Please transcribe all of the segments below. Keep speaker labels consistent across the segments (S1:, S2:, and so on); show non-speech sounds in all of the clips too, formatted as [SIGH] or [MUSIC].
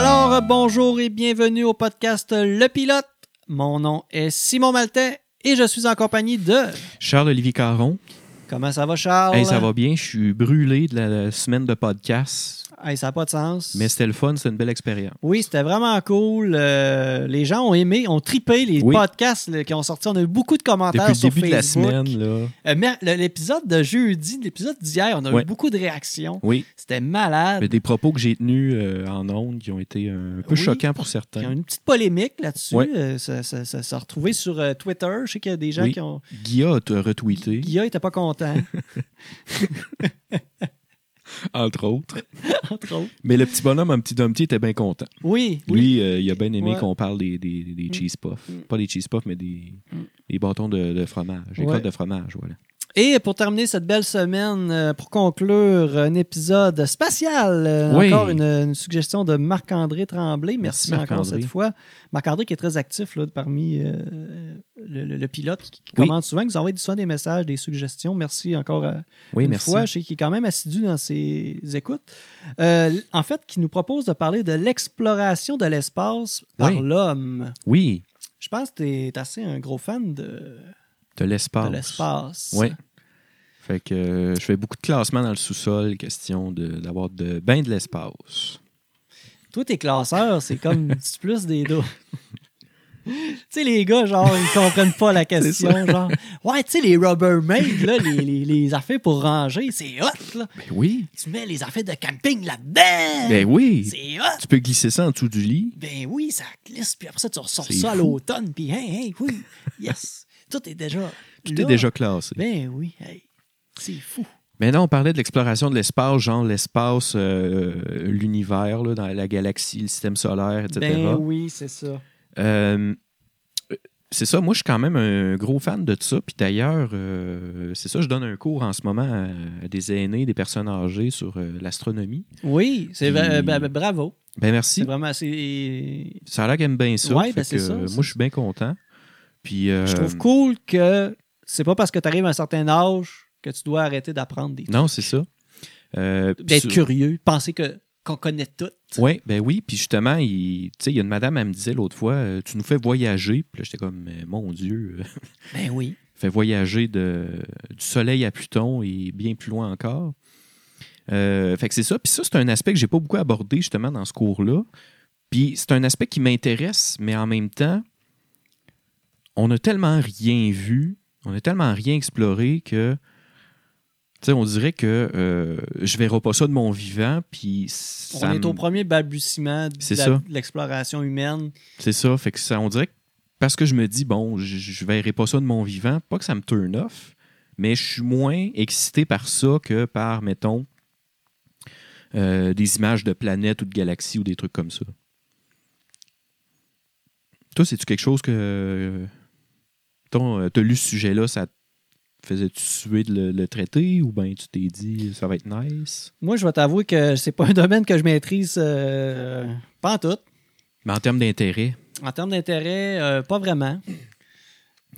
S1: Rebonjour et bienvenue au podcast Le Pilote. Mon nom est Simon Maltais et je suis en compagnie de.
S2: Charles-Olivier Caron.
S1: Comment ça va, Charles?
S2: Hey, ça va bien. Je suis brûlé de la semaine de podcast,
S1: Hey, ça n'a pas de sens.
S2: mais c'était le fun, c'est une belle expérience.
S1: Oui, c'était vraiment cool. Euh, les gens ont aimé, ont tripé les
S2: Oui.
S1: podcasts là, qui ont sorti. On a eu beaucoup de commentaires
S2: Depuis le
S1: sur
S2: début de la
S1: Facebook.
S2: semaine, là.
S1: Euh, mais le- l'épisode de jeudi, l'épisode d'hier, on a eu
S2: Ouais.
S1: beaucoup de réactions.
S2: Oui,
S1: C'était malade.
S2: mais des propos que j'ai tenus euh, en ondes qui ont été un peu
S1: Ah. Oui.
S2: choquants pour
S1: Il y a
S2: certains.
S1: une petite polémique là-dessus.
S2: Ouais.
S1: Euh, ça, ça, ça s'est retrouvé sur euh, Twitter. Je sais qu'il y a des gens
S2: Oui.
S1: qui ont.
S2: Guilla a te retweeté,
S1: Guilla n'était pas content, [LAUGHS]
S2: entre autres.
S1: entre autres.
S2: Mais le petit bonhomme, un petit Dumpty, était bien content.
S1: Oui, oui.
S2: Lui, euh, il a bien aimé
S1: Ouais.
S2: qu'on parle des, des, des
S1: Mm.
S2: cheese puffs.
S1: Mm.
S2: Pas des cheese puffs, mais des,
S1: Mm.
S2: des bâtons de, de fromage, des
S1: Ouais.
S2: crottes de fromage, voilà.
S1: Et pour terminer cette belle semaine, euh, pour conclure un épisode spatial, euh,
S2: Oui.
S1: encore une, une suggestion de Marc-André Tremblay. Merci,
S2: Merci,
S1: encore
S2: Marc-André.
S1: cette fois. Marc-André qui est très actif là, parmi euh, le, le- le pilote qui, qui commente souvent, qui nous envoie souvent des messages, des suggestions. Merci encore à,
S2: Oui,
S1: une
S2: merci.
S1: fois, je sais qu'il est quand même assidu dans ses écoutes. Euh, en fait, qui nous propose de parler de l'exploration de l'espace par
S2: Oui.
S1: l'homme.
S2: Oui,
S1: Je pense que tu es assez un gros fan de,
S2: de
S1: de
S2: l'espace.
S1: l'espace.
S2: Oui. Fait que euh, je fais beaucoup de classements dans le sous-sol, question de- d'avoir de, bien de l'espace.
S1: Toi, tes classeurs, c'est
S2: [LAUGHS]
S1: comme c'est plus des dos. tu sais, les gars, genre, ils comprennent pas
S2: [LAUGHS]
S1: la question. genre, ouais, tu sais, les Rubbermaid, là, les, les, les affaires pour ranger, c'est hot, là.
S2: Ben oui.
S1: Tu mets les affaires de camping là-dedans.
S2: Ben oui.
S1: Hein? C'est hot.
S2: Tu peux glisser ça en dessous du lit.
S1: Ben oui, ça glisse, puis après ça, tu ressors
S2: C'est
S1: ça à
S2: fou.
S1: l'automne, puis hein, hein, oui, yes. Tout est déjà.
S2: Tout
S1: là.
S2: est déjà classé.
S1: Ben oui, hey, c'est fou.
S2: Mais là, on parlait de l'exploration de l'espace, genre l'espace, euh, l'univers, là, dans la galaxie, le système solaire, etc.
S1: Ben oui, c'est ça.
S2: Euh, c'est ça, moi je suis quand même un gros fan de ça. Puis d'ailleurs, euh, c'est ça, je donne un cours en ce moment à, à des aînés, des personnes âgées sur euh, l'astronomie.
S1: Oui, c'est
S2: Puis-
S1: euh, ben, ben, bravo.
S2: Ben
S1: C'est
S2: merci.
S1: vraiment assez.
S2: Ça a l'air qu'elle aime bien ça.
S1: Ouais,
S2: fait
S1: ben, c'est
S2: que,
S1: ça,
S2: euh,
S1: c'est
S2: moi, je suis bien content. Puis, euh,
S1: Je trouve cool que c'est pas parce que tu arrives à un certain âge que tu dois arrêter d'apprendre des
S2: Non, c'est ça. Euh, puis
S1: D'être
S2: sur-
S1: curieux, penser que qu'on connaît tout.
S2: Ouais, ben oui. Puis justement, il, tu sais, il y a une madame, elle me disait l'autre fois, euh, tu nous fais voyager. Puis là, j'étais comme, Mais mon Dieu, euh,
S1: Ben oui.
S2: fait voyager de, du Soleil à Pluton et bien plus loin encore. Euh, fait que c'est ça. Puis ça, c'est un aspect que j'ai pas beaucoup abordé justement dans ce cours-là. Puis c'est un aspect qui m'intéresse, mais en même temps, on n'a tellement rien vu, on n'a tellement rien exploré que, tu sais, on dirait que euh, je verrai pas ça de mon vivant. Puis ça
S1: On est
S2: me-
S1: au premier balbutiement de
S2: C'est
S1: la-
S2: ça.
S1: de l'exploration humaine.
S2: c'est ça. Fait que ça, on dirait que parce que je me dis, bon, je, je verrai pas ça de mon vivant, pas que ça me turn off, mais je suis moins excité par ça que par, mettons, euh, des images de planètes ou de galaxies ou des trucs comme ça. Toi, c'est-tu quelque chose que. euh, mettons, euh, t'as lu ce sujet-là, ça te faisait-tu suer de le, le traiter ou bien tu t'es dit, ça va être nice?
S1: Moi, je vais t'avouer que c'est pas un [LAUGHS] domaine que je maîtrise euh, pas en tout.
S2: Mais en termes d'intérêt,
S1: En termes d'intérêt, euh, pas vraiment.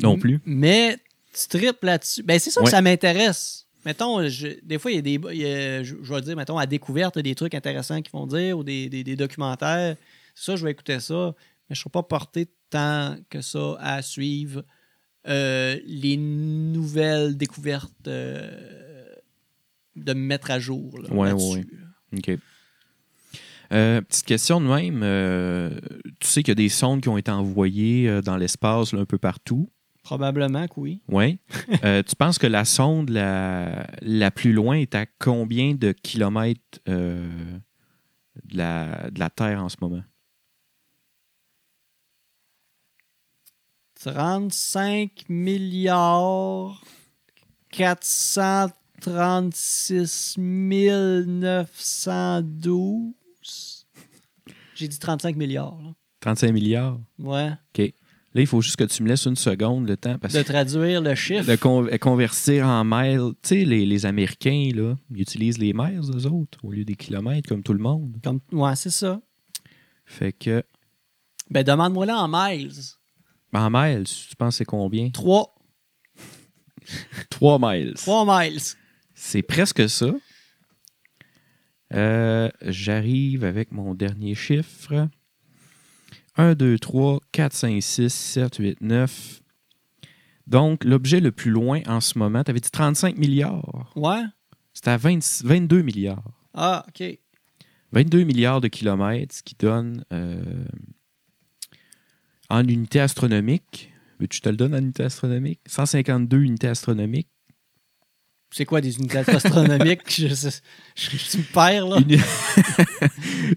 S2: non plus.
S1: Mais tu tripes là-dessus. Ben, c'est sûr que
S2: Ouais.
S1: ça m'intéresse. Mettons, je- des fois, il y a des. il y a- je, je vais dire, mettons, à découverte, des trucs intéressants qu'ils vont dire ou des, des- des documentaires. Ça, je vais écouter ça. Mais je ne serai pas porté tant que ça à suivre euh, les nouvelles découvertes euh, de me mettre à jour. Là,
S2: Ouais,
S1: là-dessus,
S2: ouais,
S1: là.
S2: OK. Euh, petite question de même. euh, tu sais qu'il y a des sondes qui ont été envoyées euh, dans l'espace là, un peu partout.
S1: Probablement que oui.
S2: [LAUGHS] Oui. Euh, tu penses que la sonde la, la plus loin est à combien de kilomètres euh, de, la, de la Terre en ce moment?
S1: 35 milliards 436 912. J'ai dit 35 milliards. là.
S2: 35 milliards.
S1: Ouais.
S2: Là, il faut juste que tu me laisses une seconde le temps parce
S1: De
S2: que
S1: traduire le chiffre.
S2: de con- convertir en miles. Tu sais, les, les Américains, là, ils utilisent les miles, eux autres, au lieu des kilomètres, comme tout le monde.
S1: Comme... Ouais, c'est ça.
S2: Fait que,
S1: Ben, demande-moi là en miles.
S2: en miles, tu penses c'est combien?
S1: 3,
S2: 3 miles.
S1: 3 miles.
S2: C'est presque ça. Euh, J'arrive avec mon dernier chiffre. 1, 2, 3, 4, 5, 6, 7, 8, 9. Donc, l'objet le plus loin en ce moment, tu avais dit 35 milliards.
S1: Ouais?
S2: C'était à 20 22 milliards.
S1: Ah, OK.
S2: 22 milliards de kilomètres, ce qui donne euh, en unité astronomique. Veux-tu que je te le donne en unité astronomique? 152 unités astronomiques.
S1: C'est quoi des unités astronomiques? [LAUGHS] je, sais- je- je- tu me perds, là.
S2: Une- [LAUGHS]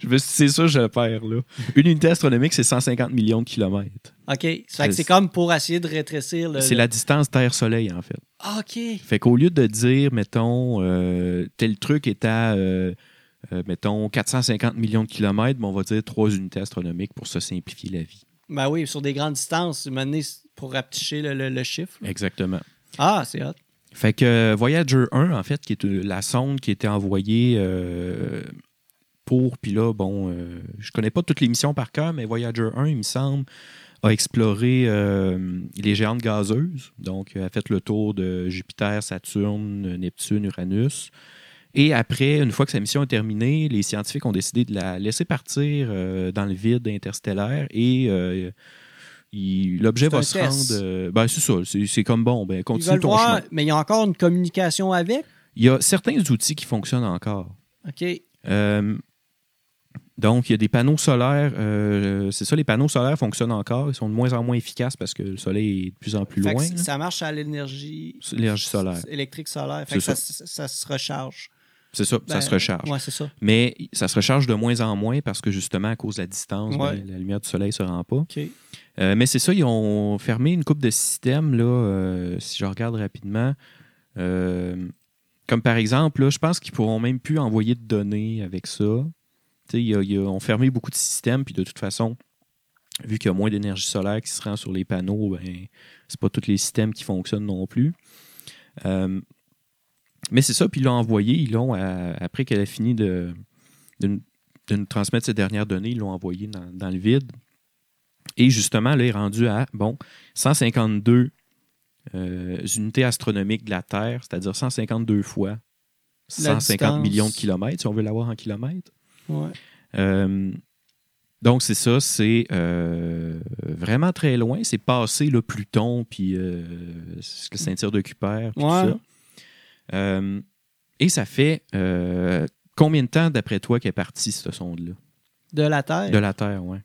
S2: je me suis dit, c'est ça, je le perds, là. Une unité astronomique, c'est 150 millions de kilomètres.
S1: OK. Ça fait que
S2: C'est-
S1: C'est comme pour essayer de rétrécir le.
S2: C'est
S1: le-
S2: la distance Terre-Soleil, en fait.
S1: Ah, OK.
S2: Fait qu'au lieu de dire, mettons, euh, tel truc est à, euh, euh, mettons, 450 millions de kilomètres, ben, on va dire trois unités astronomiques pour se simplifier la vie.
S1: Ben oui, sur des grandes distances, maintenant, c'est pour rapeticher le, le- le chiffre. là.
S2: Exactement.
S1: Ah, c'est hot.
S2: Fait que euh, Voyager 1, en fait, qui est euh, la sonde qui était envoyée euh, pour, puis là, bon, euh, je connais pas toutes les missions par cœur, mais Voyager 1, il me semble, a exploré euh, les géantes gazeuses, donc euh, a fait le tour de Jupiter, Saturne, Neptune, Uranus. Et après, une fois que sa mission est terminée, les scientifiques ont décidé de la laisser partir euh, dans le vide interstellaire et euh, il- l'objet
S1: C'est un
S2: va se
S1: test.
S2: rendre. euh, ben, c'est ça, c'est- c'est comme bon, ben,
S1: Ils
S2: continue
S1: veulent
S2: ton chemin.
S1: voir, mais il y a encore une communication avec.
S2: Il y a certains outils qui fonctionnent encore.
S1: OK.
S2: Euh, donc, il y a des panneaux solaires. euh, c'est ça, les panneaux solaires fonctionnent encore. Ils sont de moins en moins efficaces parce que le soleil est de plus en plus
S1: Fait que
S2: loin.
S1: c-
S2: là.
S1: ça marche à l'énergie.
S2: L'énergie solaire.
S1: Électrique solaire. Fait
S2: C'est
S1: que ça, ça- ça se recharge.
S2: C'est ça, ça
S1: Ben,
S2: se recharge.
S1: Ouais, c'est ça.
S2: Mais ça se recharge de moins en moins parce que justement, à cause de la distance,
S1: Ouais.
S2: ben, la lumière du soleil ne se rend pas.
S1: OK.
S2: Euh, mais c'est ça, ils ont fermé une coupe de systèmes, là, euh, si je regarde rapidement. Euh, comme par exemple, là, je pense qu'ils pourront même plus envoyer de données avec ça. Tu sais, il y a- il y a- on fermé beaucoup de systèmes, puis de toute façon, vu qu'il y a moins d'énergie solaire qui se rend sur les panneaux, ben, c'est pas tous les systèmes qui fonctionnent non plus. Euh, mais c'est ça, puis ils l'ont envoyé, ils l'ont, à- après qu'elle a fini de, de, nous- de nous transmettre ces dernières données, ils l'ont envoyé dans, dans le vide. Et justement, là, il est rendu à, bon, 152 euh, unités astronomiques de la Terre, c'est-à-dire 152 fois
S1: La
S2: 150
S1: distance.
S2: millions de kilomètres, si on veut l'avoir en kilomètres.
S1: Ouais.
S2: Euh, donc, c'est ça, c'est euh, vraiment très loin. C'est passé le Pluton, puis euh, ce que ceinture de Kuiper, puis
S1: Ouais.
S2: tout ça. Euh, et ça fait euh, combien de temps, d'après toi, qu'est parti cette sonde-là?
S1: De la Terre.
S2: De la Terre, oui.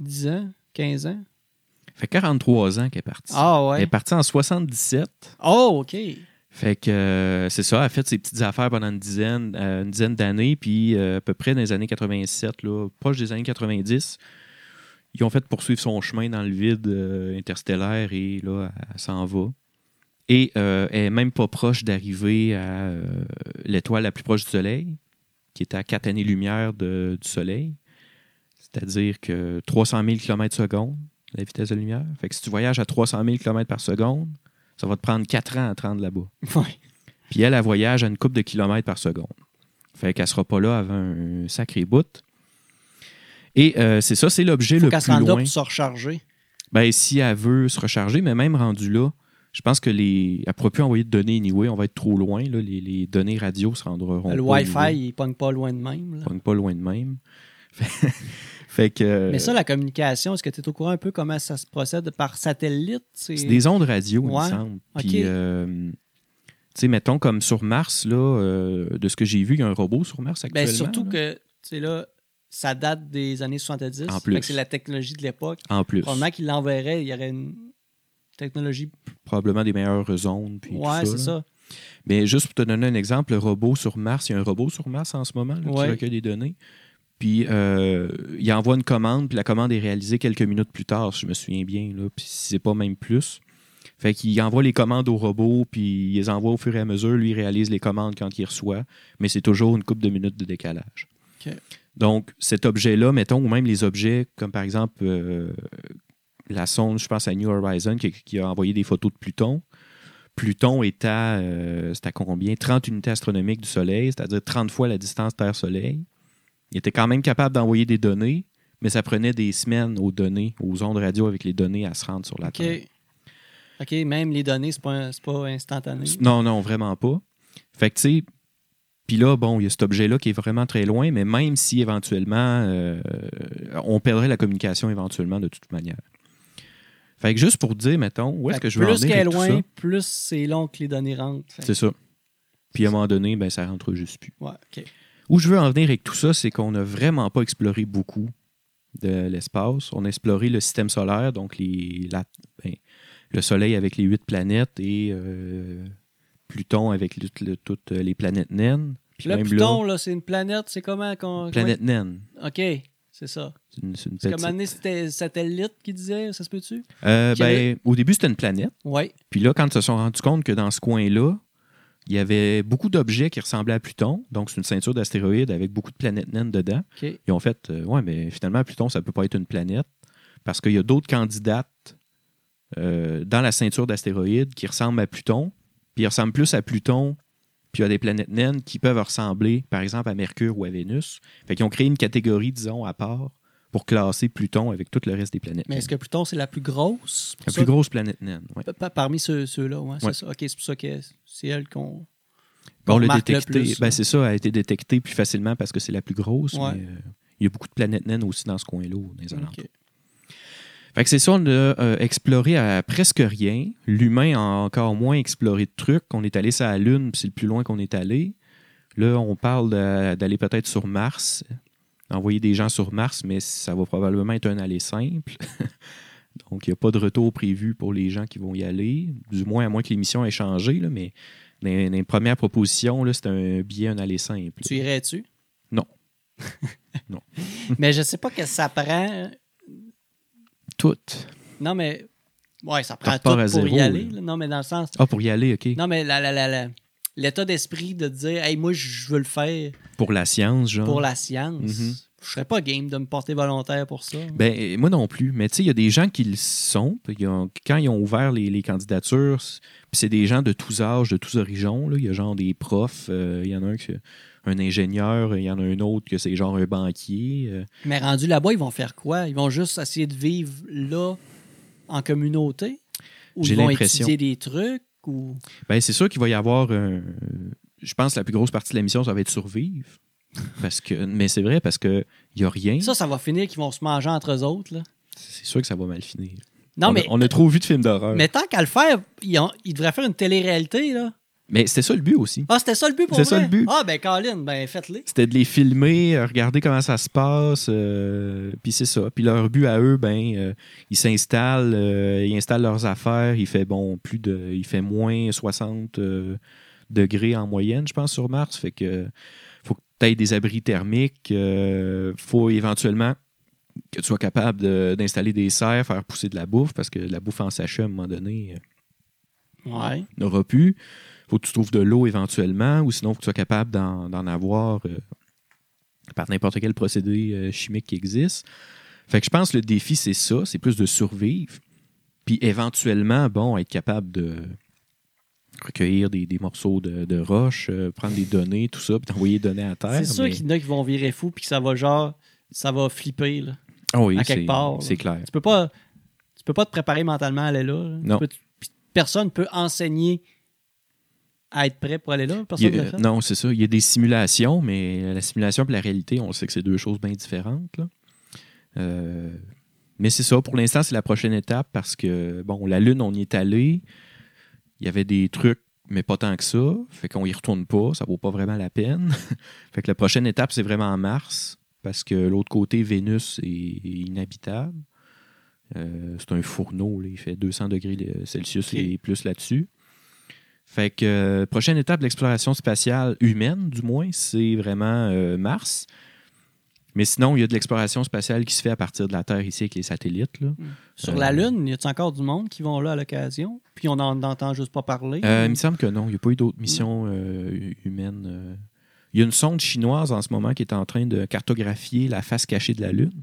S1: 10 ans, 15 ans.
S2: fait 43 ans qu'elle est partie.
S1: Ah
S2: Elle est
S1: ouais.
S2: partie en 77.
S1: Oh, OK.
S2: Fait que euh, c'est ça, elle a fait ses petites affaires pendant une dizaine, euh, une dizaine d'années, puis euh, à peu près dans les années 87, là, proche des années 90, ils ont fait poursuivre son chemin dans le vide euh, interstellaire et là, elle, elle s'en va. Et euh, elle n'est même pas proche d'arriver à euh, l'étoile la plus proche du Soleil, qui est à 4 années-lumière de- du Soleil, c'est-à-dire que 300 000 km secondes, la vitesse de la lumière. Fait que si tu voyages à 300 000 km par seconde, ça va te prendre 4 ans à te rendre là-bas.
S1: Ouais.
S2: Puis elle, elle voyage à une coupe de kilomètres par seconde. Fait qu'elle sera pas là avant un sacré bout. Et euh, c'est ça, c'est l'objet
S1: Faut
S2: le
S1: qu'elle se
S2: plus
S1: rende là
S2: loin.
S1: pour se recharger.
S2: Ben, si elle veut se recharger, mais même rendu là, je pense que les. Elle ne pourra plus envoyer de données anyway, on va être trop loin. là. Les, les données radio se rendront
S1: Le
S2: pas
S1: Wi-Fi,
S2: anyway.
S1: il pogne pas loin de même. là.
S2: Pogne pas loin de même. [LAUGHS] fait que.
S1: Mais ça, la communication, est-ce que tu es au courant un peu comment ça se procède par satellite? C'est-
S2: C'est des ondes radio, il me
S1: Ouais,
S2: semble.
S1: ok.
S2: Puis, euh, tu sais, mettons, comme sur Mars, là, euh, de ce que j'ai vu, il y a un robot sur Mars
S1: Ben,
S2: actuellement.
S1: surtout
S2: là.
S1: que, tu sais, là, ça date des années 70.
S2: En plus.
S1: Fait que C'est la technologie de l'époque.
S2: En plus.
S1: Probablement qu'il l'enverrait, il y aurait une technologie.
S2: probablement des meilleures zones. Puis
S1: ouais,
S2: tout
S1: c'est
S2: là.
S1: ça.
S2: Mais juste pour te donner un exemple, le robot sur Mars, il y a un robot sur Mars en ce moment là,
S1: Ouais.
S2: qui recueille des données. Puis euh, il envoie une commande, puis la commande est réalisée quelques minutes plus tard, si je me souviens bien, là, puis si c'est pas même plus. Fait qu'il envoie les commandes au robot, puis il les envoie au fur et à mesure. Lui, il réalise les commandes quand il reçoit, mais c'est toujours une coupe de minutes de décalage.
S1: OK.
S2: Donc, cet objet-là, mettons, ou même les objets, comme par exemple euh, la sonde, je pense à New Horizon, qui- qui a envoyé des photos de Pluton. Pluton est à, euh, c'est à combien 30 unités astronomiques du Soleil, c'est-à-dire 30 fois la distance Terre-Soleil. Il était quand même capable d'envoyer des données, mais ça prenait des semaines aux données, aux ondes radio avec les données à se rendre sur la
S1: OK.
S2: Terre.
S1: OK, même les données, c'est pas, c'est pas instantané.
S2: Non, non, vraiment pas. Fait que, tu sais, Puis là, bon, il y a cet objet-là qui est vraiment très loin, mais même si éventuellement, euh, on perdrait la communication éventuellement de toute manière. Fait que juste pour dire, mettons, où est-ce
S1: Fait
S2: que je veux en
S1: plus
S2: venir
S1: qu'elle est
S2: avec tout
S1: loin,
S2: ça?
S1: plus c'est long que les données rentrent. Fait que-
S2: C'est ça. Puis à un moment donné, ben, ça rentre juste plus.
S1: Ouais, OK.
S2: Où je veux en venir avec tout ça, c'est qu'on n'a vraiment pas exploré beaucoup de l'espace. On a exploré le système solaire, donc les, la- ben, le Soleil avec les huit planètes et euh, Pluton avec le- le- toutes les planètes naines. Puis
S1: Là,
S2: même
S1: Pluton, là, c'est une planète, c'est comment qu'on.
S2: là, planète naine.
S1: comment- OK, c'est ça.
S2: C'est une, c'est une
S1: C'est comme
S2: petite-
S1: année, c'était satellite qui disait, ça se peut-tu?
S2: Euh,
S1: qu'il y avait-
S2: ben, au début, c'était une planète.
S1: Oui.
S2: Puis là, quand ils se sont rendus compte que dans ce coin-là, il y avait beaucoup d'objets qui ressemblaient à Pluton. Donc, c'est une ceinture d'astéroïdes avec beaucoup de planètes naines dedans.
S1: OK.
S2: Ils ont fait euh, Ouais, mais finalement, Pluton, ça ne peut pas être une planète parce qu'il y a d'autres candidates euh, dans la ceinture d'astéroïdes qui ressemblent à Pluton, puis ils ressemblent plus à Pluton, puis il y a des planètes naines qui peuvent ressembler, par exemple, à Mercure ou à Vénus. Fait qu'ils ont créé une catégorie, disons, à part pour classer Pluton avec tout le reste des planètes.
S1: Mais est-ce
S2: naines.
S1: que Pluton, c'est la plus grosse? pour
S2: La
S1: ça?
S2: plus grosse planète naine, oui.
S1: Pa- pa- Parmi ceux- ceux-là, ouais,
S2: Ouais.
S1: c'est ça. OK, c'est pour ça que c'est elle qu'on.
S2: Bon,
S1: qu'on
S2: on l'a
S1: remarque le
S2: détecté.
S1: plus,
S2: ben,
S1: là.
S2: c'est ça, a été détecté plus facilement parce que c'est la plus grosse.
S1: Ouais.
S2: mais, euh, il y a beaucoup de planètes naines aussi dans ce coin-là, ou dans les alentours.
S1: OK.
S2: Fait que c'est ça, on a euh, exploré à presque rien. L'humain a encore moins exploré de trucs. On est allé sur la Lune, puis c'est le plus loin qu'on est allé. Là, on parle de- d'aller peut-être sur Mars, d'envoyer des gens sur Mars, mais ça va probablement être un aller simple. [LAUGHS] Donc, il n'y a pas de retour prévu pour les gens qui vont y aller, du moins à moins que l'émission ait changé, là, mais dans les, dans les premières propositions, là, c'était un billet, un aller simple.
S1: Tu irais-tu?
S2: Non.
S1: [LAUGHS]
S2: Non.
S1: mais je sais pas que ça prend.
S2: Tout.
S1: Non, mais. Ouais, ça prend tout
S2: repars
S1: pour
S2: à zéro,
S1: y
S2: là.
S1: aller. là. Non, mais dans le sens.
S2: Ah, pour y aller, OK.
S1: Non, mais la- la- la- la- l'état d'esprit de dire, hey, moi, je veux le faire
S2: Pour la science, genre.
S1: pour la science.
S2: Mhm.
S1: Je serais pas game de me porter volontaire pour ça.
S2: Ben, euh, moi non plus. Mais tu sais, il y a des gens qui le sont. puis ils ont- quand ils ont ouvert les, les candidatures, c- puis c'est des gens de tous âges, de tous horizons. là. Il y a genre des profs, euh, il y en a un qui un ingénieur, il y en a un autre que c'est genre un banquier. euh.
S1: Mais rendu là-bas, ils vont faire quoi? Ils vont juste essayer de vivre là, en communauté? Ou
S2: J'ai
S1: ils vont
S2: l'impression.
S1: étudier des trucs? Ou...
S2: Ben, c'est sûr qu'il va y avoir. un- je pense que la plus grosse partie de la mission, ça va être survivre. Parce que, mais c'est vrai, parce qu'il n'y a rien.
S1: Ça, ça va finir qu'ils vont se manger entre eux autres. là.
S2: C'est sûr que ça va mal finir.
S1: Non,
S2: on, a-
S1: mais,
S2: on a trop vu de films d'horreur.
S1: mais tant qu'à le faire, ils, ont- ils devraient faire une télé-réalité. là.
S2: mais c'était ça le but aussi.
S1: Ah, c'était ça le but pour
S2: C'est ça
S1: vrai?
S2: le but.
S1: Ah, ben, Colin, ben, faites-les.
S2: C'était de les filmer, euh, regarder comment ça se passe, euh, puis c'est ça. Puis leur but à eux, ben, euh, ils s'installent, euh, ils installent leurs affaires. Il fait bon plus de, il fait moins 60 euh, degrés en moyenne, je pense, sur Mars. Fait que faut que tu aies des abris thermiques. euh, faut éventuellement que tu sois capable de- d'installer des serres, faire pousser de la bouffe, parce que la bouffe en sachet à un moment donné euh,
S1: Ouais.
S2: n'aura plus. Faut que tu trouves de l'eau éventuellement, ou sinon faut que tu sois capable d'en d'en avoir euh, par n'importe quel procédé euh, chimique qui existe. Fait que je pense que le défi, c'est ça, c'est plus de survivre. Puis éventuellement, bon, être capable de recueillir des, des morceaux de, de roche, euh, prendre des données, tout ça, puis d'envoyer des données à terre.
S1: C'est sûr
S2: mais-
S1: qu'il y en a qui vont virer fou puis que ça va genre. Ça va flipper. Là.
S2: Ah oui,
S1: à quelque
S2: c'est-
S1: part, là.
S2: C'est clair.
S1: Tu peux pas, tu peux pas te préparer mentalement à aller là. là.
S2: Non.
S1: Tu peux- puis personne peut enseigner à être prêt pour aller là. Personne
S2: Il y
S1: ne
S2: a- euh,
S1: le fait.
S2: non, c'est ça. Il y a des simulations, mais la simulation et la réalité, on sait que c'est deux choses bien différentes. là. Euh, mais c'est ça. Pour l'instant, c'est la prochaine étape parce que, bon, la Lune, on y est allé. Il y avait des trucs, mais pas tant que ça. Fait qu'on y retourne pas. Ça vaut pas vraiment la peine. [LAUGHS] fait que la prochaine étape, c'est vraiment en Mars parce que l'autre côté, Vénus est, est inhabitable. Euh, c'est un fourneau. là. Il fait 200 degrés euh, Celsius
S1: Ok.
S2: et plus là-dessus. Fait que euh, prochaine étape de l'exploration spatiale humaine, du moins, c'est vraiment euh, Mars. Mais sinon, il y a de l'exploration spatiale qui se fait à partir de la Terre ici avec les satellites. là.
S1: Sur
S2: Euh,
S1: la Lune, y a-t-il encore du monde qui vont là à l'occasion? Puis on n'en entend juste pas parler.
S2: Euh, il me semble que non. Il n'y a pas eu d'autres missions euh, hu- humaines. euh. Il y a une sonde chinoise en ce moment qui est en train de cartographier la face cachée de la Lune.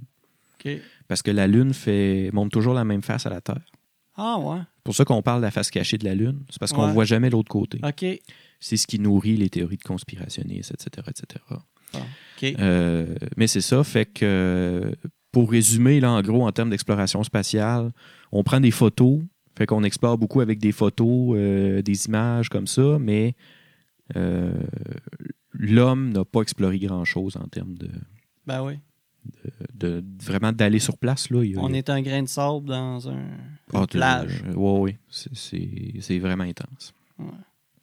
S1: OK.
S2: Parce que la Lune fait, montre toujours la même face à la Terre.
S1: Ah ouais.
S2: C'est pour ça qu'on parle de la face cachée de la Lune. C'est parce qu'on ne
S1: Ouais.
S2: voit jamais l'autre côté.
S1: OK.
S2: C'est ce qui nourrit les théories de conspirationnistes, etc. etc.
S1: OK.
S2: Euh, mais c'est ça, fait que euh, pour résumer, là, en gros, en termes d'exploration spatiale, on prend des photos, fait qu'on explore beaucoup avec des photos, euh, des images comme ça, mais euh, l'homme n'a pas exploré grand-chose en termes de,
S1: Ben oui.
S2: de- de- vraiment d'aller sur place. Là. Il y a-
S1: On est un grain de sable dans un.
S2: Ah, t'as-
S1: plage.
S2: euh, ouais, ouais. C'est- c'est c'est vraiment intense.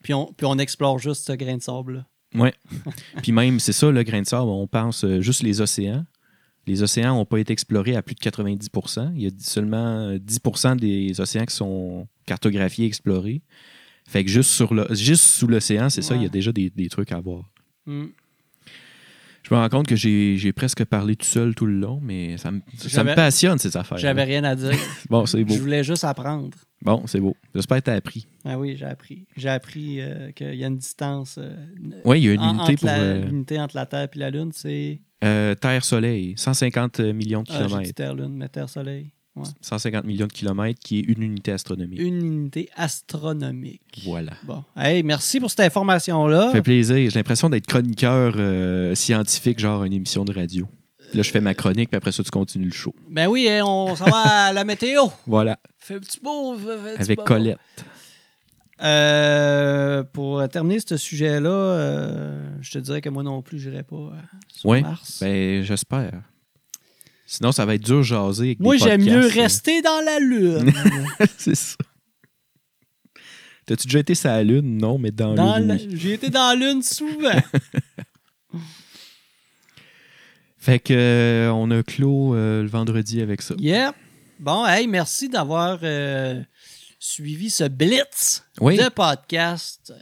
S1: Puis on, puis on explore juste ce grain de sable-là.
S2: Ouais. Puis même, c'est ça, le grain de sable, on pense euh, juste les océans. Les océans n'ont pas été explorés à plus de 90 Il y a seulement euh, 10 des océans qui sont cartographiés, explorés. Fait que juste, sur le, juste sous l'océan, c'est ça, il y
S1: Ouais.
S2: a déjà des, des trucs à voir.
S1: Hmm.
S2: Je me rends compte que j'ai j'ai presque parlé tout seul tout le long, mais ça me, ça me
S1: J'avais-
S2: passionne, ces affaires.
S1: J'avais rien à dire.
S2: Bon, [LAUGHS] c'est beau.
S1: Je voulais juste apprendre.
S2: Bon, c'est beau. J'espère que tu as appris.
S1: Ah oui, j'ai appris. J'ai appris euh, qu'il y a une distance. euh,
S2: Oui, il y a une
S1: en-
S2: unité
S1: entre
S2: pour
S1: la-
S2: euh,
S1: l'unité entre la Terre et la Lune, c'est.
S2: euh, Terre-Soleil, 150 euh, millions de
S1: Ah, j'ai
S2: kilomètres.
S1: dit Terre-Lune, mais Terre-Soleil. Ouais.
S2: 150 millions de kilomètres, qui est une unité astronomique.
S1: Une unité astronomique.
S2: Voilà.
S1: Bon. Hey, merci pour cette information-là.
S2: Ça fait plaisir. J'ai l'impression d'être chroniqueur euh, scientifique, genre une émission de radio. Là, je fais ma chronique, puis après ça, tu continues le show.
S1: Ben oui, hein, on s'en va à la météo.
S2: Voilà.
S1: Fait-tu beau? fait-tu
S2: Avec
S1: pas beau?
S2: Colette.
S1: Euh, pour terminer ce sujet-là, euh, je te dirais que moi non plus, je n'irai pas euh, sur
S2: Ouais,
S1: Mars.
S2: Ben, j'espère. Sinon, ça va être dur jaser avec des
S1: moi, j'aime mieux
S2: podcasts, euh.
S1: rester dans la Lune.
S2: C'est ça. T'as-tu déjà été sur la Lune? Non, mais [LAUGHS] dans,
S1: Dans
S2: le...
S1: la- J'ai été dans la Lune
S2: [LAUGHS]
S1: souvent.
S2: Fait que euh, on a clos euh, le vendredi avec ça.
S1: Yeah. Bon, hey, merci d'avoir euh, suivi ce blitz
S2: Oui,
S1: de podcast.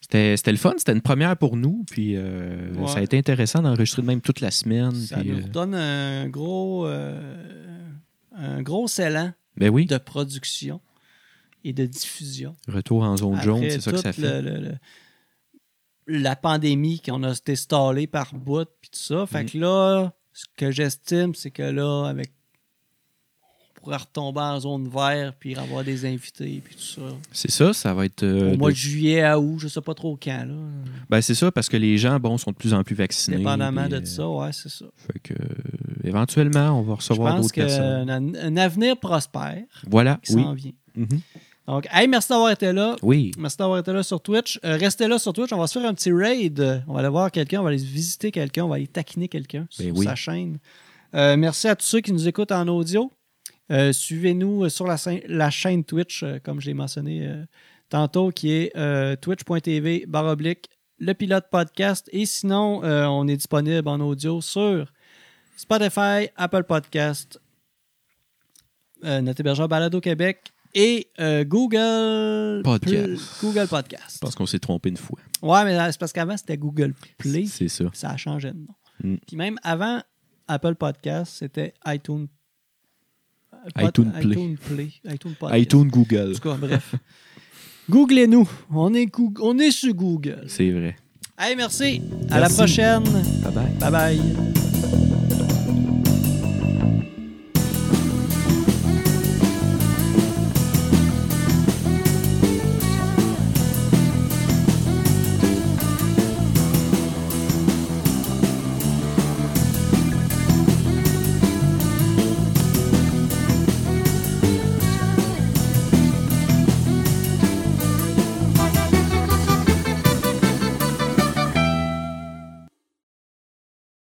S2: c'était c'était le fun. C'était une première pour nous. Puis euh,
S1: Ouais.
S2: ça a été intéressant d'enregistrer de même toute la semaine.
S1: Ça
S2: puis,
S1: nous
S2: euh,
S1: donne un gros, euh, un gros élan
S2: Ben oui,
S1: de production et de diffusion.
S2: retour en zone
S1: Après
S2: jaune, c'est ça que
S1: toute
S2: ça fait.
S1: le- le- le- la pandémie qu'on a été stallé par bout puis tout ça. Fait
S2: Mm.
S1: que là, ce que j'estime, c'est que là, avec on pourrait retomber en zone verte puis avoir des invités puis tout ça.
S2: C'est ça, ça va être. euh,
S1: Au mois
S2: de-
S1: de juillet à août, je sais pas trop quand, là.
S2: Ben, c'est ça, parce que les gens, bon, sont de plus en plus vaccinés.
S1: Dépendamment
S2: puis,
S1: de
S2: euh,
S1: tout ça, ouais, c'est ça.
S2: fait que, euh, éventuellement, on va
S1: Je
S2: recevoir
S1: pense
S2: d'autres personnes.
S1: qu'un un avenir prospère
S2: Voilà,
S1: qui
S2: oui.
S1: s'en vient.
S2: Mhm.
S1: Donc, hey, merci d'avoir été là.
S2: Oui,
S1: Merci d'avoir été là sur Twitch. Euh, restez là sur Twitch. On va se faire un petit raid. Euh, On va aller voir quelqu'un, on va aller visiter quelqu'un, on va aller taquiner quelqu'un sur
S2: Ben oui.
S1: sa chaîne. Euh, merci à tous ceux qui nous écoutent en audio. Euh, Suivez-nous euh, sur la, scène- la chaîne Twitch, euh, comme je l'ai mentionné euh, tantôt, qui est euh, twitch.tv baroblique le pilote podcast. Et sinon, euh, on est disponible en audio sur Spotify, Apple Podcast, euh, notre hébergeur Balado Québec et euh, Google
S2: Podcast.
S1: Play- Google
S2: je
S1: Podcast.
S2: pense qu'on s'est trompé une fois.
S1: Ouais, mais là, c'est parce qu'avant, c'était Google Play.
S2: C'est ça.
S1: Ça a changé de nom.
S2: Mm.
S1: Puis même avant Apple Podcast, c'était iTunes. euh,
S2: iTunes Play.
S1: iTunes Play. iTunes Podcast.
S2: iTunes,
S1: En
S2: Google.
S1: tout cas, bref. Googlez-nous. On est, Goog- on est sur Google.
S2: C'est vrai.
S1: Hey, merci. À la
S2: Merci.
S1: prochaine.
S2: Bye bye.
S1: Bye bye.